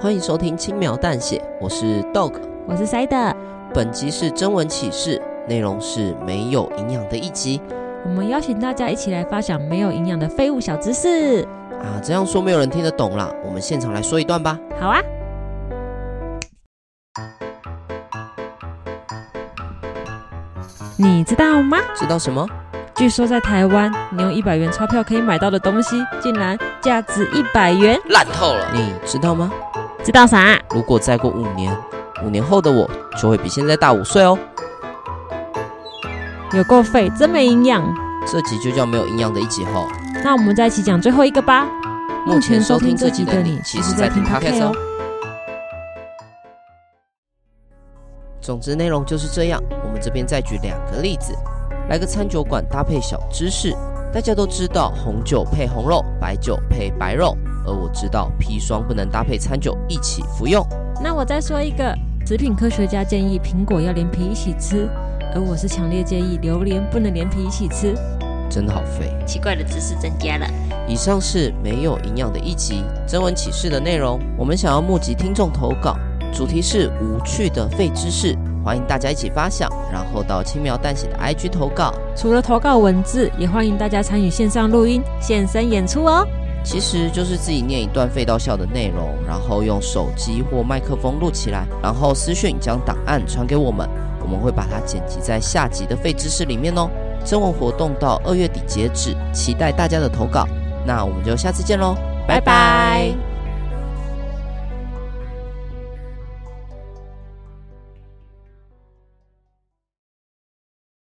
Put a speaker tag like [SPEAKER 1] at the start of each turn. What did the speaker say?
[SPEAKER 1] 欢迎收听轻描淡写，我是 Dog。
[SPEAKER 2] 我是 Side，
[SPEAKER 1] 本集是征文启事，内容是没有营养的一集
[SPEAKER 2] 我们邀请大家一起来发想没有营养的废物小知识。
[SPEAKER 1] 啊。这样说没有人听得懂啦，我们现场来说一段吧。
[SPEAKER 2] 好啊，你知道吗？
[SPEAKER 1] 知道什么？
[SPEAKER 2] 据说在台湾，你用一百元钞票可以买到的东西，竟然价值一百元。
[SPEAKER 1] 烂透了。你知道吗？
[SPEAKER 2] 知道啥？
[SPEAKER 1] 如果再过五年，五年后的我就会比现在大五岁哦。
[SPEAKER 2] 有够废，真没营养。
[SPEAKER 1] 这集就叫没有营养的一集吼。
[SPEAKER 2] 那我们再一起讲最后一个吧。
[SPEAKER 1] 目前收听这集的你，其实在听 Podcast 哦。总之内容就是这样，我们这边再举两个例子，来个餐酒馆搭配小知识。大家都知道红酒配红肉，白酒配白肉，而我知道砒霜不能搭配餐酒一起服用。
[SPEAKER 2] 那我再说一个，食品科学家建议苹果要连皮一起吃，而我是强烈建议榴莲不能连皮一起吃。
[SPEAKER 1] 真的好肥。
[SPEAKER 2] 奇怪的知识增加了，
[SPEAKER 1] 以上是没有营养的一集征文启事的内容。我们想要募集听众投稿，主题是无趣的废知识，欢迎大家一起发想，然后到轻描淡写的 IG 投稿。
[SPEAKER 2] 除了投稿文字，也欢迎大家参与线上录音、现身演出哦。
[SPEAKER 1] 其实就是自己念一段废到笑的内容，然后用手机或麦克风录起来，然后私讯将档案传给我们，我们会把它剪辑在下集的废知识里面哦。征文活动到二月底截止，期待大家的投稿。那我们就下次见喽，拜拜